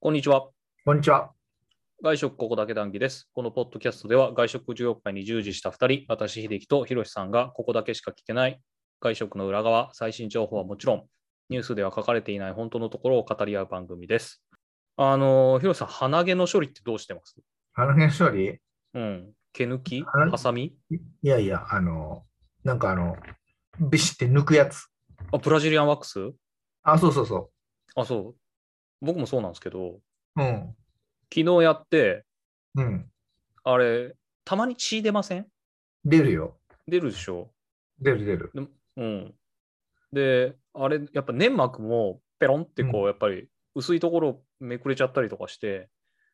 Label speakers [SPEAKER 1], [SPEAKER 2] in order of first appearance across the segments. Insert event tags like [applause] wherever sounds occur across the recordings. [SPEAKER 1] こんにちは。
[SPEAKER 2] こんにちは。
[SPEAKER 1] 外食ここだけ談義です。このポッドキャストでは外食需要会に従事した2人、私、秀樹とひろしさんがここだけしか聞けない外食の裏側、最新情報はもちろん、ニュースでは書かれていない本当のところを語り合う番組です。あのー、ひろしさん、鼻毛の処理ってどうしてます
[SPEAKER 2] 鼻毛処理
[SPEAKER 1] うん。毛抜き
[SPEAKER 2] 鼻
[SPEAKER 1] ハサミ
[SPEAKER 2] いやいや、あの、なんかあの、ビシって抜くやつ。
[SPEAKER 1] あ、ブラジリアンワックス
[SPEAKER 2] あ、そうそうそ
[SPEAKER 1] あ、そう。僕もそうなんですけど、
[SPEAKER 2] う。うん。
[SPEAKER 1] 昨日やって、
[SPEAKER 2] うん。
[SPEAKER 1] あれ、たまに血出ません
[SPEAKER 2] 出るよ。
[SPEAKER 1] 出るでしょ
[SPEAKER 2] 出る出る。
[SPEAKER 1] うん。で、あれ、やっぱ粘膜もペロンってこう、やっぱり薄いところめくれちゃったりとかして、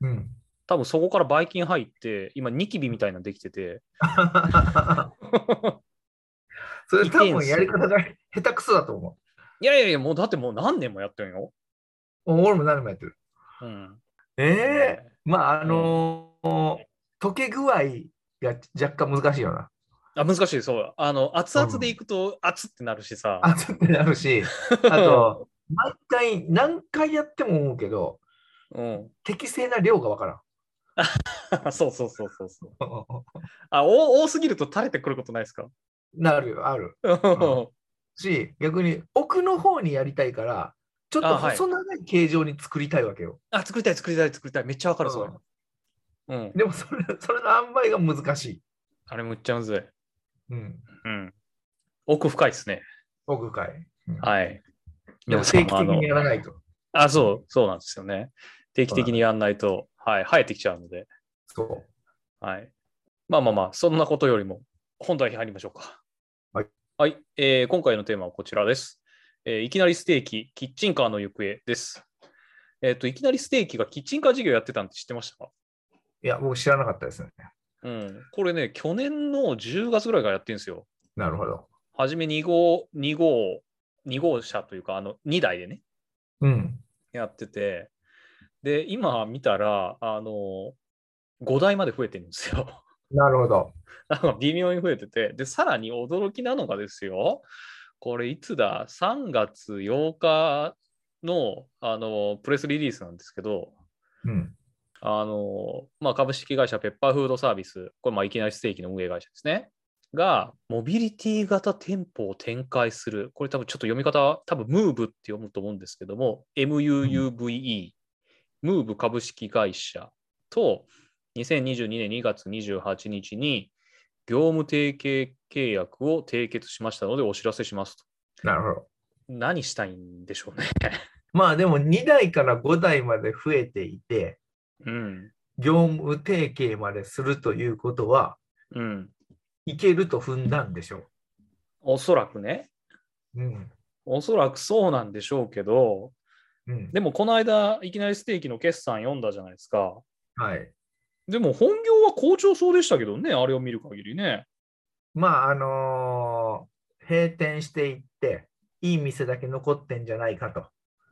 [SPEAKER 2] うん。
[SPEAKER 1] 多分そこからばい菌入って、今ニキビみたいなのできてて、
[SPEAKER 2] [laughs]
[SPEAKER 1] [laughs]
[SPEAKER 2] それ多分やり方が下手くそだと思
[SPEAKER 1] いやいやいや、もうだってもう何年もやってるよ。
[SPEAKER 2] う。俺も何もやってる。
[SPEAKER 1] うん。
[SPEAKER 2] ええまあ、あの溶け具合が若干難しいよな。
[SPEAKER 1] あ難しい、そう。あの、熱々でいくと熱ってなるしさ。
[SPEAKER 2] 熱ってなる [laughs] し、あと、毎回、何回やっても思うけど、
[SPEAKER 1] うん。
[SPEAKER 2] 適正な量がわから
[SPEAKER 1] [laughs]
[SPEAKER 2] ん。
[SPEAKER 1] そうそうそうそうそう。あ、お多すぎると垂れてくることないですか
[SPEAKER 2] なるよ、ある。
[SPEAKER 1] うん
[SPEAKER 2] し、逆に奥の方にやりたいから、ちょっ
[SPEAKER 1] あ
[SPEAKER 2] と
[SPEAKER 1] はい
[SPEAKER 2] 細長い形状に作りたいわけよ。
[SPEAKER 1] [laughs] あ、作りたい、作りたい、作りたい。めっちゃわかる、それ。うん。
[SPEAKER 2] でもそれ、それの塩梅が難しい。
[SPEAKER 1] あれ、むっちゃむずい。
[SPEAKER 2] うん、
[SPEAKER 1] うん。奥深いですね。
[SPEAKER 2] 奥深い。うん
[SPEAKER 1] はい。
[SPEAKER 2] でも
[SPEAKER 1] 皆さん
[SPEAKER 2] 定期的にやらないと。
[SPEAKER 1] あのあ、そう、そうなんですよね。定期的にやんないと、はい、生えてきちゃうので。
[SPEAKER 2] そう。
[SPEAKER 1] はい。まあまあまあ、そんなことよりも、本題に入りましょうか。
[SPEAKER 2] はい。
[SPEAKER 1] はい、えー今回のテーマはこちらです、えーいきなりステーキ、キッチンカーの行方です。えっ、と、いきなりステーキがキッチンカー事業やってたんって知ってましたか
[SPEAKER 2] いや、僕知らなかったですね。
[SPEAKER 1] うん。これね、去年の10月ぐらいからやってるんですよ。
[SPEAKER 2] なるほど。
[SPEAKER 1] はじめ2号、2号、2号車というか、あの、2台でね、
[SPEAKER 2] うん。
[SPEAKER 1] やってて、で、今見たら、あの、5台まで増えてるんですよ。 [laughs]
[SPEAKER 2] なるほど。
[SPEAKER 1] なんか微妙に増えてて、で、さらに驚きなのがですよ、これいつだ、3月8日の、あの、プレスリリースなんですけど、
[SPEAKER 2] うん。
[SPEAKER 1] あの、まあ、株式会社ペッパーフードサービス、これ、まあ、いきなりステーキの運営会社ですね。が、モビリティ型店舗を展開する。これ多分ちょっと読み方は、多分ムーブって読むと思うんですけども、MUUVE、ムーブ株式会社と、2022年2月28日に、業務提携契約を締結しましたので、お知らせしますと。
[SPEAKER 2] なるほど。
[SPEAKER 1] 何したいんでしょうね。
[SPEAKER 2] まあでも2台から5台まで増えていて、
[SPEAKER 1] うん。
[SPEAKER 2] 業務提携までするということは、
[SPEAKER 1] うん。
[SPEAKER 2] いけると踏んだんでしょ
[SPEAKER 1] おそらくね、
[SPEAKER 2] う。うん。
[SPEAKER 1] おそらくそうなんでしょうけど、
[SPEAKER 2] うん。
[SPEAKER 1] でもこの間、いきなりステーキの決算読んだじゃないですか。
[SPEAKER 2] はい。
[SPEAKER 1] でも本業は好調そうでしたけどね、あれを見る限りね。
[SPEAKER 2] まあ、あのー閉店していって、いい店だけ残ってんじゃないかと。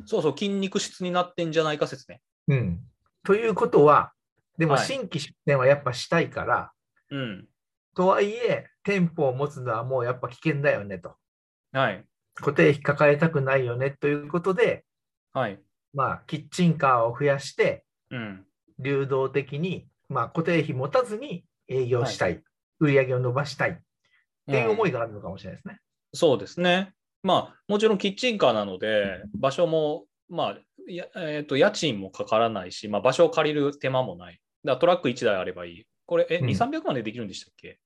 [SPEAKER 1] そうそう、筋肉質になってんじゃないか説ね。
[SPEAKER 2] うん、ということは、でも
[SPEAKER 1] はい
[SPEAKER 2] 新規出店はやっぱしたいから、
[SPEAKER 1] うん。
[SPEAKER 2] とはいえ、店舗を持つのはもうやっぱ危険だよねと。
[SPEAKER 1] はい。
[SPEAKER 2] 固定費抱えたくないよねということで、
[SPEAKER 1] はい。
[SPEAKER 2] まあ、キッチンカーを増やして、
[SPEAKER 1] うん。
[SPEAKER 2] 流動的に、まあ、固定費持たずに営業したい、売り上げを伸ばしたいっていう思い
[SPEAKER 1] うん
[SPEAKER 2] があるのかもしれないですね。
[SPEAKER 1] そうですね。まあ、もちろんキッチンカーなので、場所も、まあ、やえー、と家賃もかからないし、まあ、場所を借りる手間もない。だからトラック1台あればいい。これ、え、
[SPEAKER 2] うん
[SPEAKER 1] 2、300万でできるんでしたっけ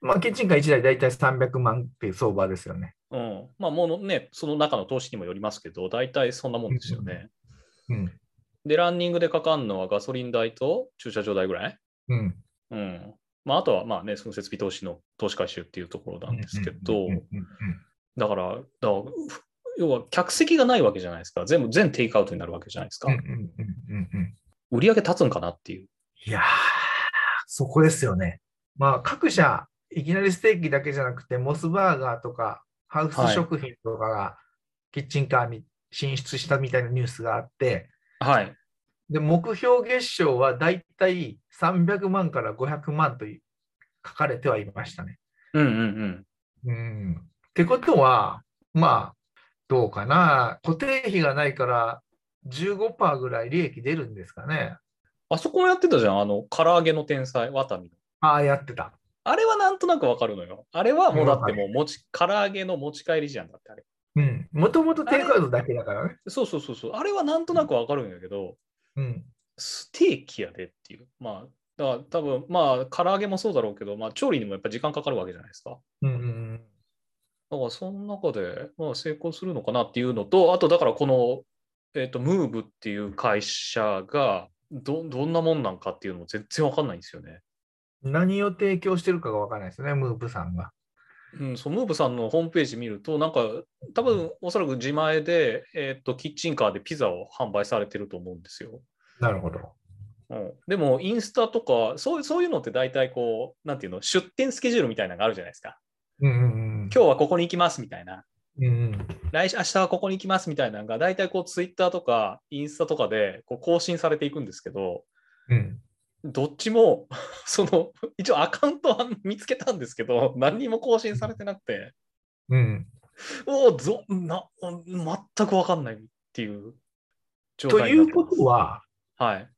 [SPEAKER 2] まあ、キッチンカー1台大体300万っていう相場ですよね。
[SPEAKER 1] うん。まあ、ものね、その中の投資にもよりますけど、大体そんなもんですよね。
[SPEAKER 2] うん。
[SPEAKER 1] で、ランニングでかかんのはガソリン代と駐車場代ぐらい。
[SPEAKER 2] うん。
[SPEAKER 1] うん。まあ、あとは、まあね、その設備投資の投資回収っていうところなんですけど
[SPEAKER 2] うんうん、うんうん
[SPEAKER 1] だから、だからふ要は客席がないわけじゃないですか。全部、全テイクアウトになるわけじゃないですか
[SPEAKER 2] うん。うんうんうんうん
[SPEAKER 1] 売り上げ立つんかなっていう。
[SPEAKER 2] いやー、そこですよね。まあ、各社、いきなりステーキだけじゃなくて、モスバーガーとか、ハウス食品とかが、キッチンカーに進出したみたいなニュースがあって、
[SPEAKER 1] はい。
[SPEAKER 2] で、目標月賞はだいたい300万から500万という書かれてはいましたね。
[SPEAKER 1] うんうんうん。
[SPEAKER 2] うん。ってことは、まあ、どうかな。固定費がないから、 15%ぐらい利益出るんですかね。
[SPEAKER 1] あそこもやってたじゃん、あの、唐揚げの天才、ワタミの。
[SPEAKER 2] ああ、やってた。
[SPEAKER 1] あれはなんとなくわかるのよ。あれはもうだってもう持ち、唐揚げの持ち帰りじゃんだってあれ。
[SPEAKER 2] うん。もともとテイクアウトだけだからね。
[SPEAKER 1] そうそうそうそう。あれはなんとなくわかるんだけど、
[SPEAKER 2] うん。
[SPEAKER 1] ステーキやでっていう。まあ、だから多分まあ、唐揚げもそうだろうけど、まあ、調理にもやっぱ時間かかるわけじゃないですか。
[SPEAKER 2] うんうん
[SPEAKER 1] だから、その中で、まあ、成功するのかなっていうのと、あと、だから、この、えっ、と、ムーブっていう会社が、ど、どんなもんなんかっていうのも全然わかんないんですよね。
[SPEAKER 2] うん。何を提供してるかがわからないですよね、ムーブさんが。
[SPEAKER 1] うん、そうムーブさんのホームページ見ると、なんか、多分おそらく自前で、えっとキッチンカーでピザを販売されてると思うんですよ。
[SPEAKER 2] なるほど。
[SPEAKER 1] うん、でも、インスタとかそう、そういうのって大体こう、なんていうの、出店スケジュールみたいなのがあるじゃないですか。
[SPEAKER 2] うんうん
[SPEAKER 1] 今日はここに行きますみたいな、
[SPEAKER 2] うん。うんうん。
[SPEAKER 1] 来週、明日はここに行きますみたいなのが、大体こう、ツイッターとかインスタとかでこう更新されていくんですけど、
[SPEAKER 2] うん。
[SPEAKER 1] どっちも、 [laughs] その、一応アカウントは見つけたんですけど、何にも更新されてなくて。
[SPEAKER 2] うん。
[SPEAKER 1] おお、ぞな、お全くわかんないっていう状
[SPEAKER 2] と
[SPEAKER 1] 態
[SPEAKER 2] いうことは、
[SPEAKER 1] とはい。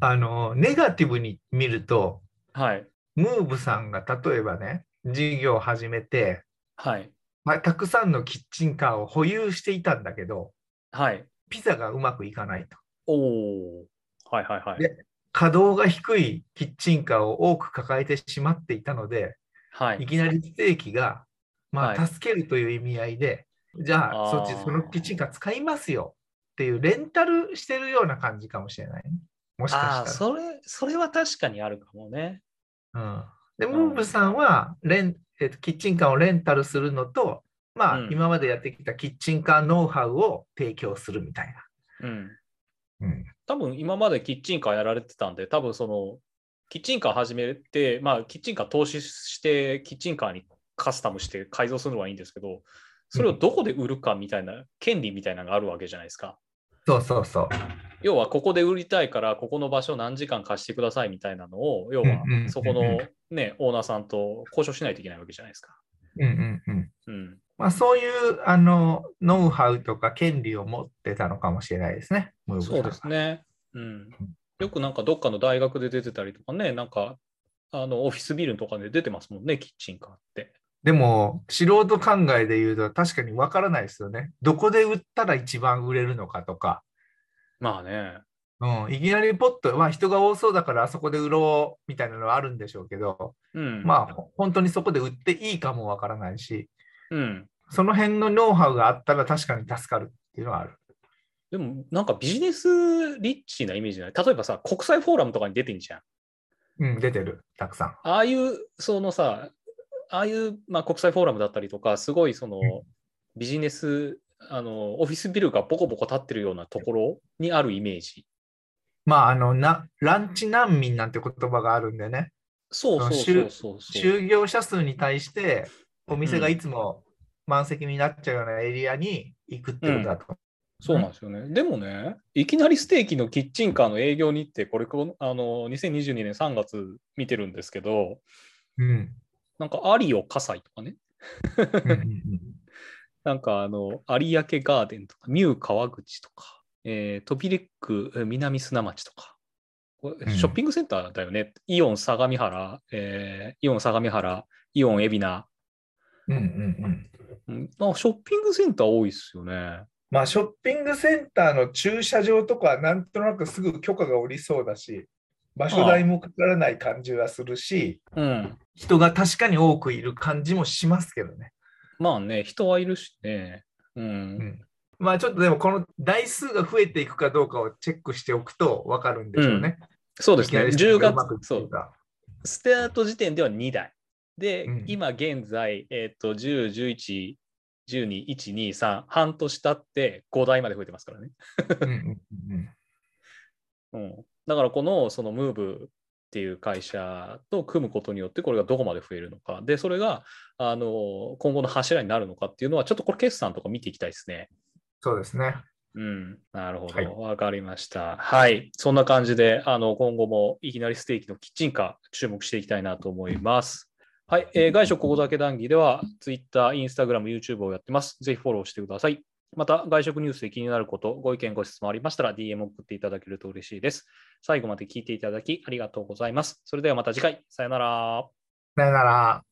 [SPEAKER 2] あの、ネガティブに見ると、
[SPEAKER 1] はい。
[SPEAKER 2] ムーブさんが例えばね、事業を始めて、
[SPEAKER 1] はい。
[SPEAKER 2] まあ、たくさんのキッチンカーを保有していたんだけど、
[SPEAKER 1] はい。
[SPEAKER 2] ピザがうまくいかないと。
[SPEAKER 1] おお。はいはいはい。
[SPEAKER 2] で稼働が低いキッチンカーを多く抱えてしまっていたので、
[SPEAKER 1] はいい。
[SPEAKER 2] きなりステーキが、ま
[SPEAKER 1] は
[SPEAKER 2] あ、
[SPEAKER 1] い
[SPEAKER 2] 助けるという意味合いで、じゃあ、
[SPEAKER 1] あ
[SPEAKER 2] そ
[SPEAKER 1] ー
[SPEAKER 2] っち、そのキッチンカー使いますよっていう、レンタルしてるような感じかもしれないね。もし
[SPEAKER 1] あ
[SPEAKER 2] か
[SPEAKER 1] あ、
[SPEAKER 2] した
[SPEAKER 1] それ、それは確かにあるかもね。
[SPEAKER 2] ら。うん、で、ムーブさんはレン、えっとキッチンカーをレンタルするのと、まあ、
[SPEAKER 1] うん
[SPEAKER 2] 今までやってきたキッチンカーノウハウを提供するみたい
[SPEAKER 1] うん。
[SPEAKER 2] な。うん
[SPEAKER 1] 多分今までキッチンカーやられてたんで、多分その、キッチンカー始めて、まあ、キッチンカー投資して、キッチンカーにカスタムして改造するのはいいんですけど、それをどこで売るかみたいな、権利みたいなのがあるわけじゃないですか。
[SPEAKER 2] そうそうそう。
[SPEAKER 1] 要はここで売りたいからここの場所何時間貸してくださいみたいなのを要は
[SPEAKER 2] うんうんうんうん
[SPEAKER 1] そこのねオーナーさんと交渉しないといけないわけじゃないですか。
[SPEAKER 2] うんうんうん。
[SPEAKER 1] うん、
[SPEAKER 2] まあ、そういう、あの、ノウハウとか権利を持ってたのかもしれないですね。ムーブさん
[SPEAKER 1] そう
[SPEAKER 2] は
[SPEAKER 1] です。ね、うん。よくなんかどっかの大学で出てたりとかねなんかあのオフィスビルとかで出てますもんねキッチンカーって。
[SPEAKER 2] でも、素人考えで言うと確かにわからないですよね。どこで売ったら一番売れるのかとか、
[SPEAKER 1] まあね。
[SPEAKER 2] うん、いきなりポッと、まあ人が多そうだからあそこで売ろうみたいなのはあるんでしょうけど、
[SPEAKER 1] うん。
[SPEAKER 2] まあほ本当にそこで売っていいかもわからないし、
[SPEAKER 1] うん、
[SPEAKER 2] その辺のノウハウがあったら確かに助かるっていうのはある。
[SPEAKER 1] でもなんかビジネスリッチなイメージない。例えばさ国際フォーラムとかに出てんじゃん。
[SPEAKER 2] うん、出てる、たくさん。
[SPEAKER 1] ああいう、そのさ、ああいう、まあ、国際フォーラムだったりとか、すごいその
[SPEAKER 2] ん
[SPEAKER 1] ビジネス、あのオフィスビルがボコボコ立ってるようなところにあるイメージ。
[SPEAKER 2] まあ、あのな、ランチ難民なんて言葉があるんでね、
[SPEAKER 1] そうそうそうそうそう。
[SPEAKER 2] 就業者数に対してお店がいつも満席になっちゃうようなエリアに行くってことだと
[SPEAKER 1] そうなんですよね。でもね、いきなりステーキのキッチンカーの営業日程、これこの、あの2022年3月見てるんですけど、
[SPEAKER 2] うん
[SPEAKER 1] なんかアリオ火災とかね、
[SPEAKER 2] うんうんうん
[SPEAKER 1] なんかあの、有明ガーデンとか、ミュー川口とか、えートピレックえー南砂町とか、こ
[SPEAKER 2] う
[SPEAKER 1] れ
[SPEAKER 2] ん
[SPEAKER 1] ショッピングセンターだよね。イオン相模原、えーイオン相模原、イオン海老名。
[SPEAKER 2] うんうんうん
[SPEAKER 1] うんなんかショッピングセンター多いですよね。
[SPEAKER 2] まあショッピングセンターの駐車場とかはなんとなくすぐ許可が下りそうだし場所代もかからない感じはするし
[SPEAKER 1] うん。
[SPEAKER 2] 人が確かに多くいる感じもしますけどね、
[SPEAKER 1] まあね、人はいるしね。うん。
[SPEAKER 2] うん、まあちょっとでもこの台数が増えていくかどうかをチェックしておくと分かるんでしょうね、
[SPEAKER 1] そう
[SPEAKER 2] う
[SPEAKER 1] ですね。
[SPEAKER 2] 10
[SPEAKER 1] 10
[SPEAKER 2] 月
[SPEAKER 1] 月、そう。スタート時点では2台。で、
[SPEAKER 2] うん
[SPEAKER 1] 今現在、えっ、と、10、11、12、1、2、3、半年経って5台まで増えてますからね。
[SPEAKER 2] うんうんうん
[SPEAKER 1] うん、だからこのそのムーブっていう会社と組むことによってこれがどこまで増えるのかでそれがあの今後の柱になるのかっていうのはちょっとこれ決算とか見ていきたいですね。
[SPEAKER 2] そうですね
[SPEAKER 1] うん、なるほ
[SPEAKER 2] はい
[SPEAKER 1] ど、わかりました。はい、そんな感じで、あの今後もいきなりステーキのキッチンカー、注目していきたいなと思います。はい、えー外食ここだけ談義では、Twitter、Instagram、YouTube をやってます。ぜひフォローしてください。また、外食ニュースで気になること、ご意見、ご質問ありましたら、DM 送っていただけると嬉しいです。最後まで聞いていただきありがとうございます。それではまた次回、さよなら。
[SPEAKER 2] さよなら。